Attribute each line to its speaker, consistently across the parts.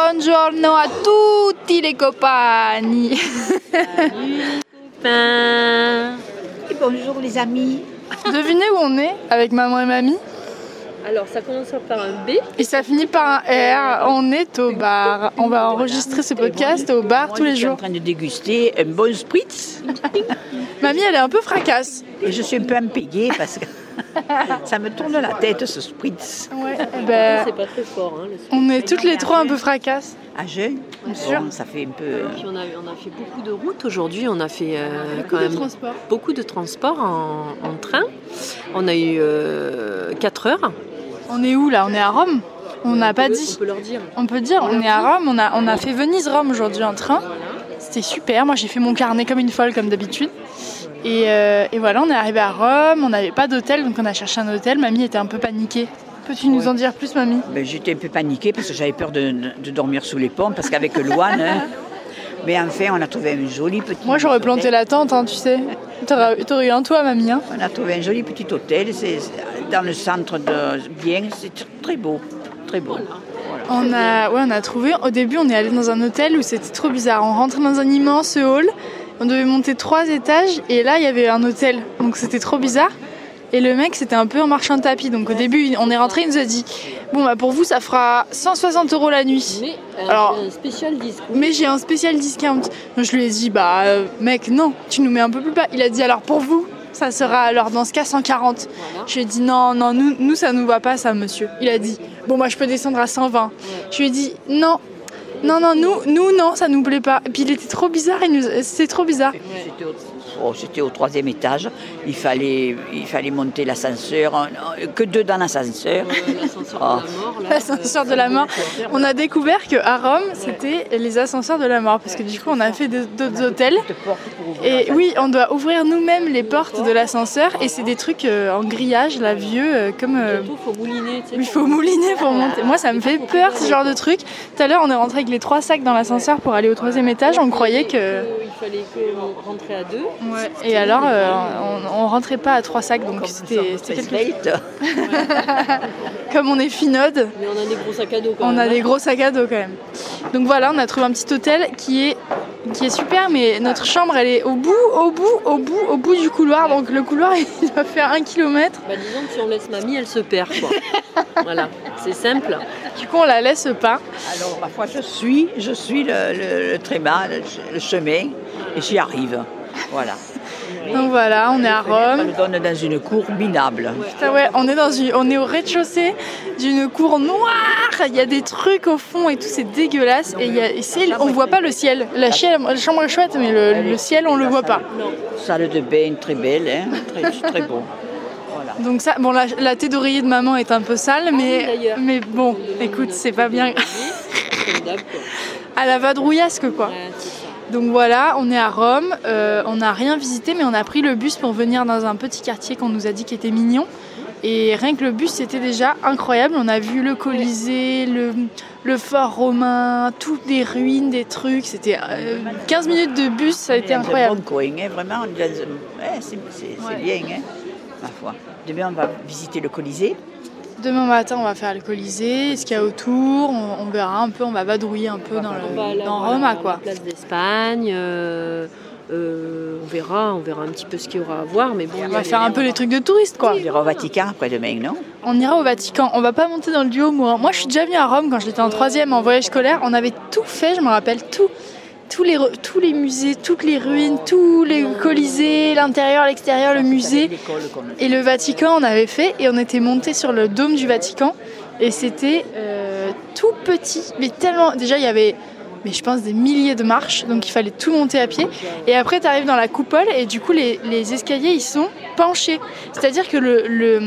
Speaker 1: Buongiorno a tutti les compagni.
Speaker 2: Et bonjour les amis.
Speaker 1: Devinez où on est avec maman et mamie
Speaker 3: Alors, ça commence par un B.
Speaker 1: et ça finit par un R. On est au bar. On va enregistrer ce podcast au bar
Speaker 2: Moi,
Speaker 1: tous les
Speaker 2: je suis en
Speaker 1: jours.
Speaker 2: train de déguster un bon spritz.
Speaker 1: Mamie, elle est un peu fracasse.
Speaker 2: Et je suis un peu impayée parce que ça me tourne la tête ce spritz.
Speaker 1: Ouais. Ben,
Speaker 3: C'est pas très fort, hein, le son.
Speaker 1: on est toutes les trois un peu fracasse.
Speaker 2: À jeun,
Speaker 1: sûr.
Speaker 2: bon, ça fait un peu.
Speaker 3: Puis on a, on a fait beaucoup de routes aujourd'hui. On a fait euh, quand même
Speaker 1: transport.
Speaker 3: beaucoup de transports en, en train. On a eu 4 heures.
Speaker 1: On est où là On est à Rome On n'a pas
Speaker 3: peut-
Speaker 1: dit.
Speaker 3: On peut leur dire.
Speaker 1: On peut dire, on est à Rome, on a, on a fait Venise-Rome aujourd'hui en train. C'était super, moi j'ai fait mon carnet comme une folle comme d'habitude. Et, euh, et voilà, on est arrivé à Rome, on n'avait pas d'hôtel, donc on a cherché un hôtel. Mamie était un peu paniquée. Peux-tu nous
Speaker 2: Ouais.
Speaker 1: en dire plus, mamie
Speaker 2: Ben, J'étais un peu paniquée parce que j'avais peur de, de dormir sous les ponts parce qu'avec Loane. hein, mais enfin, on a trouvé un joli petit.
Speaker 1: Moi j'aurais planté
Speaker 2: hôtel.
Speaker 1: la tente, hein, tu sais. T'aurais t'aurais eu un toit, mamie. Hein.
Speaker 2: On a trouvé un joli petit hôtel. C'est c'est dans le centre de bien. C'est tr- très beau, très beau. Voilà.
Speaker 1: On a, ouais, on a trouvé. Au début, on est allé dans un hôtel où c'était trop bizarre. On rentrait dans un immense hall. On devait monter trois étages et là, il y avait un hôtel. Donc c'était trop bizarre. Et le mec, c'était un peu un marchand de tapis. Donc au début, on est rentré, il nous a dit Bon, bah pour vous, ça fera 160 euros la nuit.
Speaker 3: Mais euh,
Speaker 1: Alors-
Speaker 3: un spécial disque.
Speaker 1: Mais j'ai un spécial discount. Donc, je lui ai dit Bah, euh, mec, non, tu nous mets un peu plus bas. Il a dit Alors pour vous, ça sera alors dans ce cas 140.
Speaker 3: Voilà.
Speaker 1: Je lui ai dit non, non, nous, nous ça nous va pas ça, monsieur. Il a dit bon, moi je peux descendre à 120. Je lui ai dit non, non, non, nous, nous, non, ça nous plaît pas. Et puis il était trop bizarre, il nous... c'était trop bizarre.
Speaker 2: C'était au, oh, c'était au troisième étage. Il fallait, il fallait monter l'ascenseur. On- on- Que deux dans l'ascenseur.
Speaker 3: Euh, L'ascenseur de la mort. là,
Speaker 1: Oh.
Speaker 3: euh,
Speaker 1: L'ascenseur de la mort. On a découvert que à Rome, c'était les ascenseurs de la mort, parce que du coup, on a fait de- d'autres hôtels.
Speaker 2: Cette porte pour ouvrir
Speaker 1: Et
Speaker 2: la-
Speaker 1: oui, on doit ouvrir nous-mêmes les portes de l'ascenseur, et c'est des trucs euh, en grillage, là, vieux, euh, comme. euh,
Speaker 3: Bientôt, faut mouliner. tu sais,
Speaker 1: Il
Speaker 3: pour-
Speaker 1: faut mouliner pour monter. Moi, ça me fait peur ce genre de truc. Tout à l'heure, on est rentré avec les trois sacs dans l'ascenseur pour aller au troisième étage. On croyait que.
Speaker 3: Il fallait qu'on rentrait à deux.
Speaker 1: Ouais. Et alors, euh, on, on rentrait pas à trois sacs, donc c'était c'était
Speaker 2: Très
Speaker 1: quelque
Speaker 2: svelte.
Speaker 1: chose. Comme on est finode,
Speaker 3: Mais on a des gros sacs à dos quand
Speaker 1: on
Speaker 3: même.
Speaker 1: a
Speaker 3: hein.
Speaker 1: des gros sacs à dos quand même. Donc voilà, on a trouvé un petit hôtel qui est qui est super, mais notre chambre, elle est au bout, au bout, au bout, au bout du couloir. Donc le couloir, il va faire un kilomètre.
Speaker 3: Bah, disons que si on laisse mamie, elle se perd. Quoi. voilà, c'est simple.
Speaker 1: Du coup, on la laisse pas.
Speaker 2: Alors, ma foi, je suis, je suis le, le, le tréma, le, ch- le chemin, et j'y arrive. Voilà.
Speaker 1: Donc voilà, on est à
Speaker 2: On
Speaker 1: Rome.
Speaker 2: me donne dans une cour minable.
Speaker 1: Putain, ouais, on est dans une- on est au rez-de-chaussée d'une cour noire. Il y a des trucs au fond et tout, c'est dégueulasse. Et, il y a- et c'est- on voit pas le ciel. La, chiel- la chambre est chouette, mais le, le ciel, on le voit pas.
Speaker 2: Salle de bain très belle, hein, très, très beau. Voilà.
Speaker 1: Donc ça, bon, la, la tête d'oreiller de maman est un peu sale,
Speaker 3: Ah oui,
Speaker 1: mais
Speaker 3: d'ailleurs.
Speaker 1: mais bon, écoute, c'est pas bien.
Speaker 3: Comme d'hab, quoi.
Speaker 1: À la vadrouillasque quoi.
Speaker 3: Ouais, c'est ça.
Speaker 1: Donc voilà, on est à Rome. Euh, on n'a rien visité, mais on a pris le bus pour venir dans un petit quartier qu'on nous a dit qui était mignon. Et rien que le bus, c'était déjà incroyable. On a vu le Colisée, le, le fort romain, toutes des ruines, des trucs. C'était euh, 15 minutes de bus, ça a été
Speaker 2: Dans un
Speaker 1: incroyable.
Speaker 2: Bon coin, hein, vraiment. on est dans un- ouais, c'est c'est- c'est
Speaker 1: Ouais.
Speaker 2: bien, hein, ma foi. Demain, on va visiter le Colisée.
Speaker 1: Demain matin, on va faire le Colisée, ce qu'il y a autour. On, on verra un peu, on va vadrouiller un peu dans,
Speaker 3: On va à
Speaker 1: le,
Speaker 3: la-
Speaker 1: dans
Speaker 3: voilà,
Speaker 1: Rome,
Speaker 3: à
Speaker 1: à
Speaker 3: la
Speaker 1: quoi.
Speaker 3: Place d'Espagne. euh, euh, on verra, on verra un petit peu ce qu'il y aura à voir, mais bon.
Speaker 1: On va faire un peu les trucs de touristes, quoi.
Speaker 2: On ira au Vatican après-demain, non
Speaker 1: On ira au Vatican, on va pas monter dans le Duomo. hein. Moi je suis déjà venue à Rome quand j'étais en troisième en voyage scolaire, on avait tout fait, je me rappelle tout. Tous les, re- tous les musées, toutes les ruines, tous les colisées, l'intérieur, l'extérieur, le musée.
Speaker 2: L'école qu'on a-
Speaker 1: Et le Vatican, on avait fait et on était monté sur le dôme du Vatican. Et c'était euh, tout petit, mais tellement. Déjà, il y avait, mais je pense, des milliers de marches, donc il fallait tout monter à pied. Et après, tu arrives dans la coupole et du coup, les, les escaliers, ils sont penchés. C'est-à-dire que le, le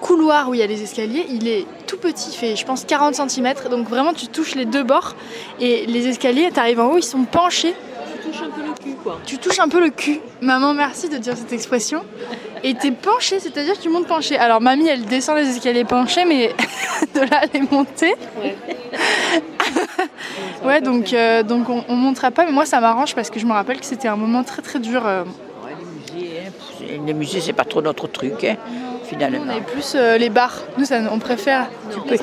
Speaker 1: couloir où il y a les escaliers, il est tout petit, il fait, je pense, 40 cm. Donc vraiment, tu touches les deux bords et les escaliers, tu arrives en haut, ils sont penchés
Speaker 3: Tu touches un peu le cul, quoi.
Speaker 1: tu touches un peu le cul. Maman, merci de dire cette expression. Et t'es penché, c'est-à-dire que tu montes penché. Alors mamie, elle descend les escaliers penchés, mais de là, elle est montée.
Speaker 3: Ouais.
Speaker 1: Ouais, donc, euh, donc on, on montera pas, mais moi, ça m'arrange parce que je me rappelle que c'était un moment très très dur. euh.
Speaker 2: Ouais, les musées, hein, pff, les musées, c'est pas trop notre truc. hein. Enfin,
Speaker 1: Nous, on
Speaker 2: finalement.
Speaker 1: est plus euh, les bars. Nous, ça, on préfère
Speaker 2: Les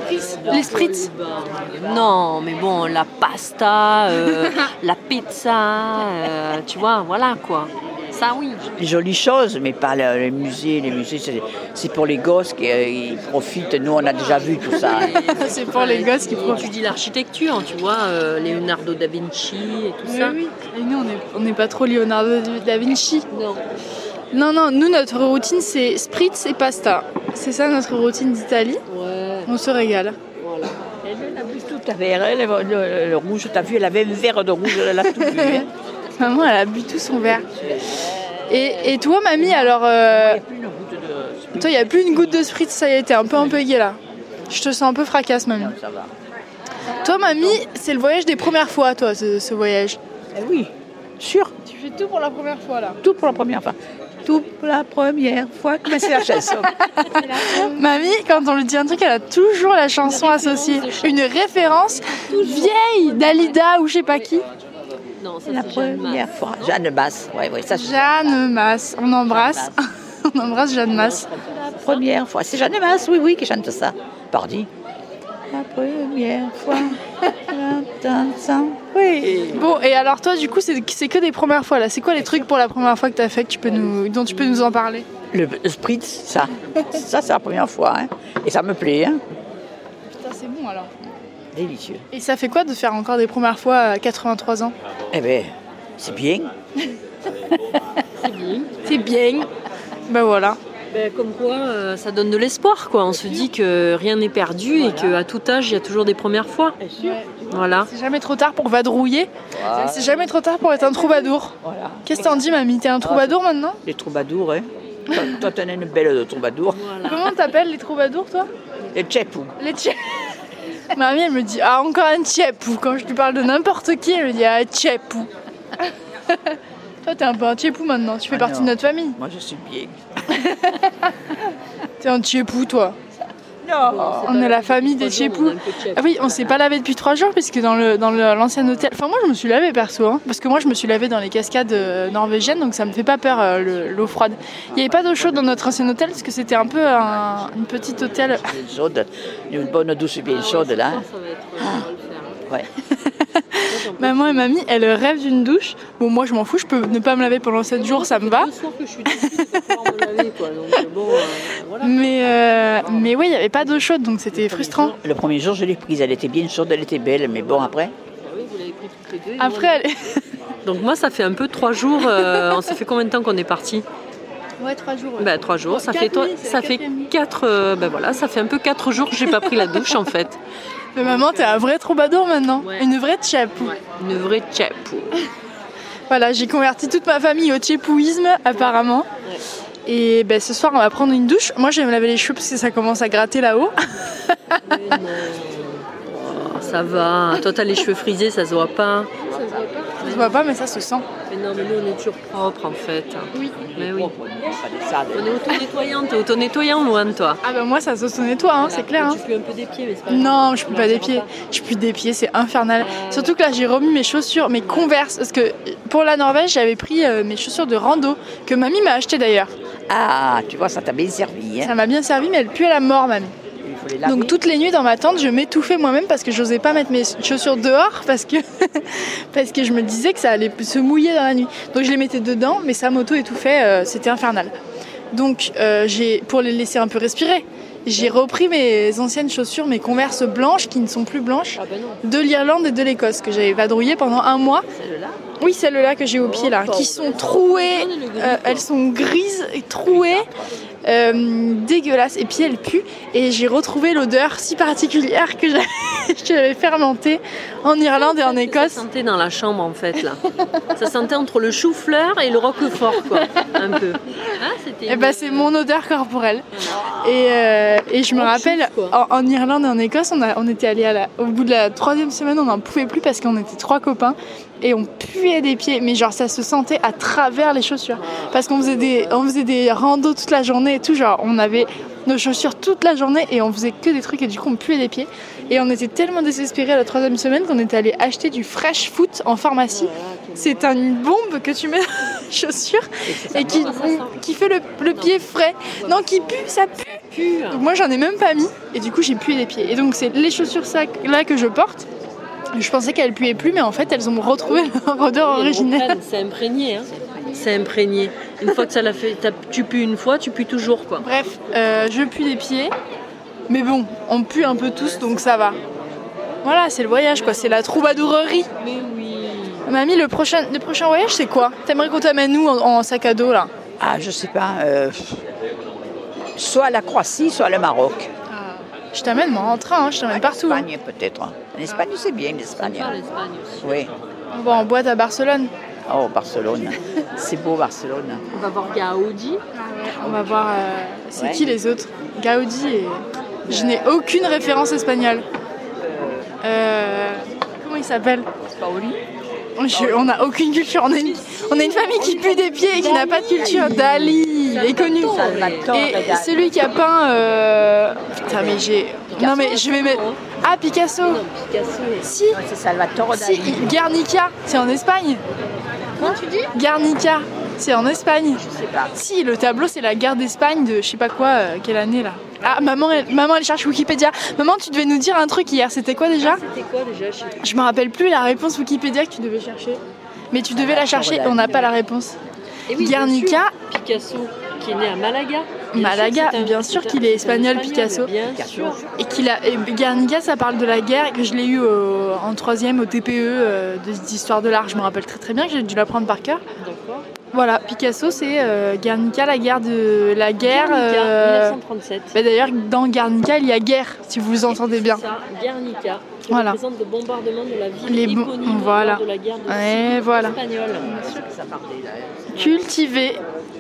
Speaker 1: les spritz.
Speaker 3: Non, mais bon, la pasta, euh, la pizza, euh, tu vois, voilà quoi. Ça oui.
Speaker 2: Les jolies choses, mais pas le- les musées. Les musées, c'est- c'est pour les gosses qui euh, ils profitent. Nous, on a déjà vu tout ça. hein.
Speaker 1: C'est pour les gosses qui
Speaker 3: Tu
Speaker 1: profitent.
Speaker 3: dis l'architecture, tu vois, euh, Leonardo da Vinci et tout
Speaker 1: Oui,
Speaker 3: ça.
Speaker 1: oui. Et nous, on n'est on n'est pas trop Leonardo da Vinci.
Speaker 3: Non.
Speaker 1: Non, non, nous, notre routine, c'est spritz et pasta. C'est ça notre routine d'Italie.
Speaker 3: Ouais,
Speaker 1: On se régale.
Speaker 3: voilà.
Speaker 2: Elle a bu tout à verre, elle, le, le- le rouge, t'as vu, elle avait un verre de rouge, elle a tout bu. hein.
Speaker 1: Maman, elle a bu tout son verre. Et, et toi, mamie, alors, euh,
Speaker 2: Il y a plus une route de-
Speaker 1: toi, il n'y a plus une goutte de spritz, ça y est, t'es un peu empayée là. Je te sens un peu fracasse, mamie.
Speaker 2: Non, ça va.
Speaker 1: Toi, mamie, c'est le voyage des premières fois, toi, ce, ce voyage.
Speaker 2: Eh oui, sûr,
Speaker 1: Tu fais tout pour la première fois, là.
Speaker 2: tout pour la première fois. Tout pour la première fois. Comment c'est la chanson
Speaker 1: Mamie, quand on lui dit un truc, elle a toujours la chanson associée. Une référence vieille d'Alida ou je sais pas qui.
Speaker 3: Non, ça
Speaker 2: La
Speaker 3: c'est Jeanne Mas.
Speaker 2: première fois. Jeanne Basse, ouais, ouais, ça c'est la
Speaker 1: Jeanne Masse, on embrasse. On embrasse Jeanne Masse.
Speaker 2: première fois. C'est Jeanne Basse, oui, oui, qui chante ça. Pardi. La première fois, j'entends ça. Oui.
Speaker 1: Bon, et alors toi, du coup, c'est c'est que des premières fois, là. C'est quoi les trucs pour la première fois que t'as fait que tu peux nous, dont tu peux nous en parler
Speaker 2: Le spritz, ça, ça c'est la première fois. hein. Et ça me plaît, hein.
Speaker 1: Putain, c'est bon, alors.
Speaker 2: délicieux.
Speaker 1: Et ça fait quoi de faire encore des premières fois à 83 ans
Speaker 2: Eh bien, c'est bien.
Speaker 1: C'est bien. Ben voilà.
Speaker 3: Ben, comme quoi, euh, ça donne de l'espoir, quoi. On se dit que rien n'est perdu et qu'à tout âge, il y a toujours des premières fois. Voilà.
Speaker 1: C'est jamais trop tard pour vadrouiller. C'est jamais trop tard pour être un troubadour.
Speaker 2: Voilà.
Speaker 1: Qu'est-ce que t'en dis, mamie T'es
Speaker 2: Ah,
Speaker 1: un troubadour maintenant
Speaker 2: Les troubadours, hein. Toi, toi, t'en as une belle de troubadour.
Speaker 1: Comment t'appelles les troubadours, toi
Speaker 2: Les tchèpou.
Speaker 1: Les tchèpes. Mamie, elle me dit Ah, encore un tchèpou. Quand je lui parle de n'importe qui, elle me dit Ah, tchèpou. Toi, t'es un peu un tchèpou maintenant. Tu fais
Speaker 2: Ah
Speaker 1: partie
Speaker 2: non.
Speaker 1: de notre famille.
Speaker 2: Moi, je suis bien.
Speaker 1: T'es un tchèpou, toi.
Speaker 2: Non.
Speaker 1: On est la famille des tchèpous. Ah oui, on s'est pas lavé depuis trois jours puisque dans le dans le- l'ancien hôtel. Enfin moi je me suis lavée perso, hein, parce que moi je me suis lavée dans les cascades euh, norvégiennes, donc ça me fait pas peur euh, le- l'eau froide. Il n'y avait pas d'eau chaude dans notre ancien hôtel parce que c'était un peu un, une petite hôtel.
Speaker 2: Bien chaude. Une bonne douce bien chaude, là.
Speaker 3: euh,
Speaker 2: Ouais.
Speaker 1: Maman Bah, et mamie, elles rêvent d'une douche. Bon moi je m'en fous, je peux ne pas me laver pendant 7 jours, ça me va.
Speaker 3: Le soir que je suis dessus, je vais pas pouvoir me laver, quoi. Donc, euh, bon, euh, voilà.
Speaker 1: Mais euh, mais oui, il n'y avait pas d'eau chaude, donc c'était frustrant.
Speaker 2: Le premier jour, je l'ai prise. Elle était bien chaude, elle était belle. Mais bon, après,
Speaker 3: Ah oui, vous l'avez pris toutes les deux, et moi,
Speaker 1: Après, elle...
Speaker 3: Donc moi, ça fait un peu trois jours. euh, on s'est fait combien de temps qu'on est parti
Speaker 1: ouais trois jours.
Speaker 3: Bah trois jours. Ça
Speaker 1: Quatre
Speaker 3: fait toi-
Speaker 1: nuits, c'est
Speaker 3: ça
Speaker 1: la
Speaker 3: fait
Speaker 1: quatrième nuit.
Speaker 3: quatre. euh, ben voilà, ça fait un peu quatre jours que j'ai pas pris la douche en fait.
Speaker 1: Mais maman, t'es un vrai troubadour maintenant,
Speaker 3: Ouais.
Speaker 1: une vraie tchèpou.
Speaker 3: Une vraie tchèpou.
Speaker 1: Voilà, j'ai converti toute ma famille au tchépouisme, apparemment. Et ben, ce soir, on va prendre une douche. Moi, je vais me laver les cheveux parce que ça commence à gratter là-haut.
Speaker 3: Oh, ça va. Toi, t'as les cheveux frisés, ça se voit pas.
Speaker 1: Ça se voit pas, mais ça se sent.
Speaker 3: Mais non, mais nous, on est toujours propre en fait.
Speaker 1: Oui.
Speaker 3: Mais oui.
Speaker 2: propre, pas des sales.
Speaker 3: On est auto-nettoyante, t'es auto-nettoyant loin de toi.
Speaker 1: Ah ben moi, ça se nettoie, hein, c'est clair. hein.
Speaker 3: Tu fais un peu des pieds, mais c'est pas grave.
Speaker 1: Non, je peux
Speaker 3: Non,
Speaker 1: pas des
Speaker 3: ça
Speaker 1: pieds.
Speaker 3: va pas.
Speaker 1: Je puis des pieds, c'est infernal. Surtout que là, j'ai remis mes chaussures, mes converses. Parce que pour la Norvège, j'avais pris euh, mes chaussures de rando, que mamie m'a acheté d'ailleurs.
Speaker 2: Ah, tu vois, ça t'a bien servi. hein.
Speaker 1: Ça m'a bien servi, mais elle pue à la mort, mamie.
Speaker 2: Il faut les laver.
Speaker 1: Donc toutes les nuits dans ma tente, je m'étouffais moi-même parce que j'osais pas mettre mes chaussures dehors parce que parce que je me disais que ça allait se mouiller dans la nuit. Donc je les mettais dedans, mais ça m'auto-étouffait, euh, c'était infernal. Donc euh, j'ai pour les laisser un peu respirer, j'ai repris mes anciennes chaussures, mes converses blanches qui ne sont plus blanches
Speaker 3: Ah ben non,
Speaker 1: de l'Irlande et de l'Écosse que j'avais vadrouillées pendant un mois.
Speaker 3: celle-là.
Speaker 1: Oui, celles-là que j'ai au pied
Speaker 3: Oh,
Speaker 1: là, qui sont trouées, euh, elles sont grises et trouées, euh, dégueulasses, et puis elles puent. Et j'ai retrouvé l'odeur si particulière que j'avais- que j'avais fermentée en Irlande et en Écosse.
Speaker 3: Ça sentait dans la chambre en fait là. ça sentait entre le chou-fleur et le roquefort quoi, un peu. Ah, c'était.
Speaker 1: Et
Speaker 3: une-
Speaker 1: ben c'est mon odeur corporelle. Et, euh, et je me
Speaker 3: On kiffe,
Speaker 1: rappelle,
Speaker 3: quoi.
Speaker 1: en, en Irlande et en Écosse, on, a- on était allé à la- au bout de la troisième semaine, on n'en pouvait plus parce qu'on était trois copains et on puait des pieds. Mais genre, ça se sentait à travers les chaussures. Parce qu'on faisait des, on faisait des randos toute la journée et tout. Genre, on avait nos chaussures toute la journée et on faisait que des trucs et du coup, on puait des pieds. Et on était tellement désespérés à la troisième semaine qu'on était allé acheter du fresh foot en pharmacie. C'est une bombe que tu mets chaussures et qui, qui fait le, le pied frais. Non, qui pue, ça pue.
Speaker 3: Pur.
Speaker 1: Donc moi j'en ai même pas mis et du coup j'ai pué des pieds. Et donc c'est les chaussures sac là que je porte. Je pensais qu'elles puaient plus, mais en fait elles ont retrouvé leur odeur
Speaker 3: Ils
Speaker 1: originelle.
Speaker 3: reprennent, C'est imprégné. hein. C'est imprégné. Une fois que ça l'a fait, t'as- tu pues une fois, tu pues toujours quoi.
Speaker 1: Bref, euh, je pue des pieds, mais bon, on pue un peu tous donc ça va. Voilà, c'est le voyage quoi, c'est la troubadourerie.
Speaker 3: Mais oui.
Speaker 1: Mamie, le prochain, le prochain voyage c'est quoi T'aimerais qu'on t'amène nous en, en sac à dos là
Speaker 2: Ah, je sais pas. euh, soit la Croatie, soit le Maroc.
Speaker 1: Je t'amène moi en train, hein, je t'amène partout. hein.
Speaker 2: L'Espagne, peut-être. L'Espagne, c'est bien, l'Espagne.
Speaker 3: l'Espagne aussi.
Speaker 2: Oui.
Speaker 1: On va en boîte à Barcelone.
Speaker 2: Oh, Barcelone. c'est beau, Barcelone.
Speaker 3: On va voir Gaudi.
Speaker 1: On va voir euh, c'est
Speaker 2: Ouais.
Speaker 1: qui les autres. Gaudi et. Je n'ai aucune référence espagnole. Euh, Comment il s'appelle
Speaker 2: Paoli
Speaker 1: Je- On n'a aucune culture. On est, une... on est une famille qui pue des pieds et qui n'a pas de culture. Dali, il est connu.
Speaker 2: Salvatore
Speaker 1: Et
Speaker 2: Dali.
Speaker 1: celui qui a peint. euh, Putain, mais j'ai. Non, mais je vais mettre. Ah, Picasso
Speaker 3: Picasso.
Speaker 1: Si,
Speaker 2: C'est Salvatore
Speaker 1: si,
Speaker 2: Dali.
Speaker 1: Guernica, c'est en Espagne.
Speaker 2: Comment tu dis
Speaker 1: Guernica, c'est en Espagne.
Speaker 2: Je sais pas.
Speaker 1: Si, le tableau, c'est la guerre d'Espagne de je sais pas quoi, euh, quelle année là Ah, maman elle, maman, elle cherche Wikipédia. Maman, tu devais nous dire un truc hier, c'était quoi déjà
Speaker 3: Ah, C'était quoi déjà chez
Speaker 1: Je me rappelle plus la réponse Wikipédia que tu devais chercher. Mais tu devais la chercher et on n'a pas la réponse.
Speaker 3: Et oui, bien
Speaker 1: Guernica,
Speaker 3: sûr, Picasso, qui est né à Malaga.
Speaker 1: Malaga,
Speaker 3: c'est un-
Speaker 1: bien sûr qu'il est
Speaker 3: c'est un
Speaker 1: espagnol, Picasso.
Speaker 3: Bien sûr.
Speaker 1: et qu'il a. et Guernica, ça parle de la guerre que je l'ai eu au- en troisième au TPE euh, de- d'histoire de l'art. Je me rappelle très très bien que j'ai dû l'apprendre par cœur.
Speaker 3: D'accord.
Speaker 1: Voilà, Picasso, c'est euh, Guernica, la guerre de la guerre.
Speaker 3: Guernica,
Speaker 1: euh,
Speaker 3: 1937.
Speaker 1: bah, D'ailleurs, dans Guernica, il y a guerre, si vous entendez bien.
Speaker 3: C'est Ça, Guernica, qui
Speaker 1: Voilà.
Speaker 3: représente le bombardement de la ville
Speaker 1: Les bo-
Speaker 3: éponyme
Speaker 1: voilà.
Speaker 3: lors de la guerre de
Speaker 1: Ouais, voilà.
Speaker 3: espagnole.
Speaker 1: Cultiver.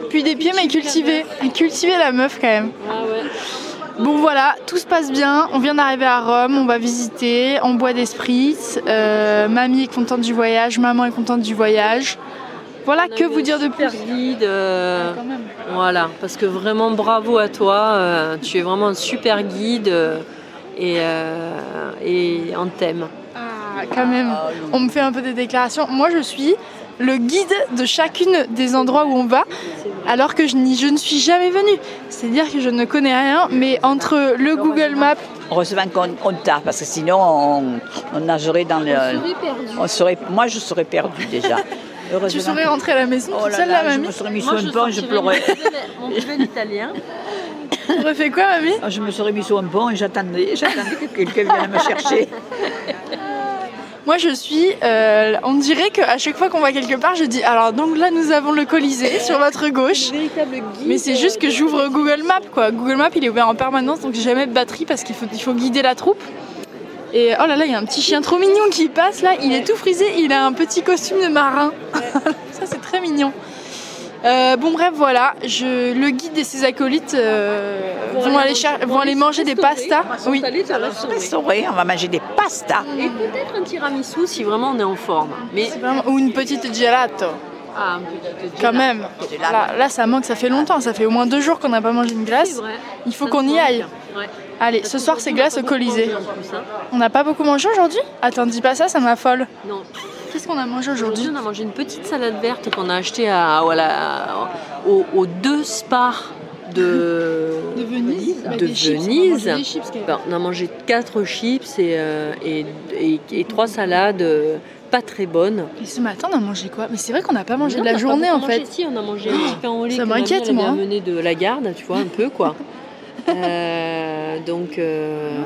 Speaker 1: Puis des pieds, mais cultiver. Cultiver la meuf quand même.
Speaker 3: Ah ouais.
Speaker 1: Bon voilà, tout se passe bien. On vient d'arriver à Rome, on va visiter, on boit des spritz. euh, mamie est contente du voyage, maman est contente du voyage. Voilà,
Speaker 3: On a
Speaker 1: que
Speaker 3: eu
Speaker 1: vous
Speaker 3: un
Speaker 1: dire de
Speaker 3: super
Speaker 1: plus
Speaker 3: guide, euh, Voilà, parce que vraiment bravo à toi. euh, tu es vraiment un super guide euh, et, euh, et en thème.
Speaker 1: Ah, quand même. On me fait un peu des déclarations. Moi, je suis le guide de chacune des endroits où on va, alors que je, n'y- je ne suis jamais venue. C'est-à-dire que je ne connais rien, mais entre le Google Maps,
Speaker 2: Heureusement qu'on on t'a, parce que sinon, on, on nagerait dans le. On serait- moi, je serais perdue déjà.
Speaker 1: tu
Speaker 2: Heureusement
Speaker 1: serais
Speaker 2: que-
Speaker 1: rentrée à la maison
Speaker 2: Oh
Speaker 1: toute
Speaker 2: là
Speaker 1: seule,
Speaker 2: là,
Speaker 1: la
Speaker 2: je
Speaker 1: mamie.
Speaker 2: me serais mis sur un pont, je pleurais.
Speaker 3: Mon bel italien.
Speaker 1: T'aurais fait quoi, mamie
Speaker 2: Ah, Je me serais mis sur un pont et j'attendais, j'attendais que quelqu'un vienne me chercher.
Speaker 1: Moi, je suis. euh, on dirait qu'à chaque fois qu'on va quelque part, je dis alors donc là, nous avons le Colisée sur votre gauche.
Speaker 3: Véritable guide.
Speaker 1: Mais c'est juste que j'ouvre Google Maps quoi. Google Maps il est ouvert en permanence donc j'ai jamais de batterie parce qu'il faut, il faut guider la troupe. Et oh là là, il y a un petit chien trop mignon qui passe là, il est tout frisé, il a un petit costume de marin. Ça c'est très mignon. Euh, bon bref voilà, je, le guide et ses acolytes euh, vont, aller, cher- vont aller manger des pastas. Oui.
Speaker 2: Restauré, on va manger des pastas.
Speaker 3: Et peut-être un tiramisu si vraiment on est en forme. Mais
Speaker 1: Vraiment, Ou une petite gelato,
Speaker 3: ah, un petit-
Speaker 1: quand même.
Speaker 2: Gelato.
Speaker 1: Là, là, ça manque, ça fait longtemps, ça fait au moins deux jours qu'on n'a pas mangé une
Speaker 3: C'est
Speaker 1: glace.
Speaker 3: vrai.
Speaker 1: Il faut
Speaker 3: Ça
Speaker 1: qu'on
Speaker 3: se
Speaker 1: y
Speaker 3: mange.
Speaker 1: aille.
Speaker 3: Ouais.
Speaker 1: Allez, ce soir c'est glace au Colisée.
Speaker 3: En plus, hein.
Speaker 1: On n'a pas beaucoup mangé aujourd'hui Attends, dis pas ça, ça m'affole.
Speaker 3: Non.
Speaker 1: Qu'est-ce qu'on a mangé
Speaker 3: Aujourd'hui,
Speaker 1: aujourd'hui
Speaker 3: on a mangé une petite salade verte qu'on a achetée à, voilà, aux, aux deux spars de,
Speaker 1: Bah,
Speaker 3: de
Speaker 1: des chips,
Speaker 3: Venise.
Speaker 1: on a mangé des chips, quand même.
Speaker 3: Ben, on a mangé quatre chips et, euh, et, et- et trois salades euh, pas très bonnes.
Speaker 1: Et ce matin, on a mangé quoi Mais c'est vrai qu'on n'a pas mangé
Speaker 3: Non,
Speaker 1: de la
Speaker 3: on a pas
Speaker 1: journée en
Speaker 3: beaucoup mangé.
Speaker 1: fait.
Speaker 3: Si, on a mangé un petit pain au lait
Speaker 1: Ça
Speaker 3: que ma mère
Speaker 1: m'inquiète,
Speaker 3: avait
Speaker 1: moi.
Speaker 3: amené de la garde, tu vois, un peu quoi. Euh, donc, euh,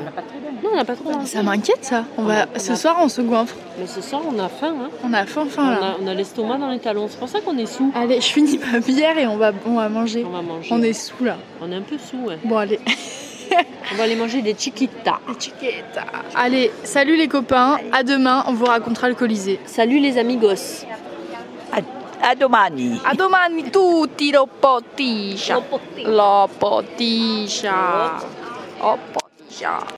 Speaker 3: non, on n'a pas trop mangé.
Speaker 1: Ça m'inquiète ça. On va...
Speaker 3: On a- on
Speaker 1: Ce
Speaker 3: a-
Speaker 1: soir, on se goinfre.
Speaker 3: Mais ce soir, on a faim. hein.
Speaker 1: On a faim, faim là.
Speaker 3: On a, on a l'estomac dans les talons. C'est pour ça qu'on est sous.
Speaker 1: Allez, je finis ma bière et on va, on va manger.
Speaker 3: On va manger.
Speaker 1: Ah. On est sous là.
Speaker 3: On est un peu sous. ouais.
Speaker 1: Bon, allez.
Speaker 3: On va aller manger des chiquitas.
Speaker 1: Allez, salut les copains. À demain, on vous racontera le Colisée.
Speaker 3: Salut les amigos.
Speaker 2: À domani.
Speaker 1: A domani tutti lo potisha.
Speaker 3: Lopoté.
Speaker 1: Lo potisha. Lo potisha.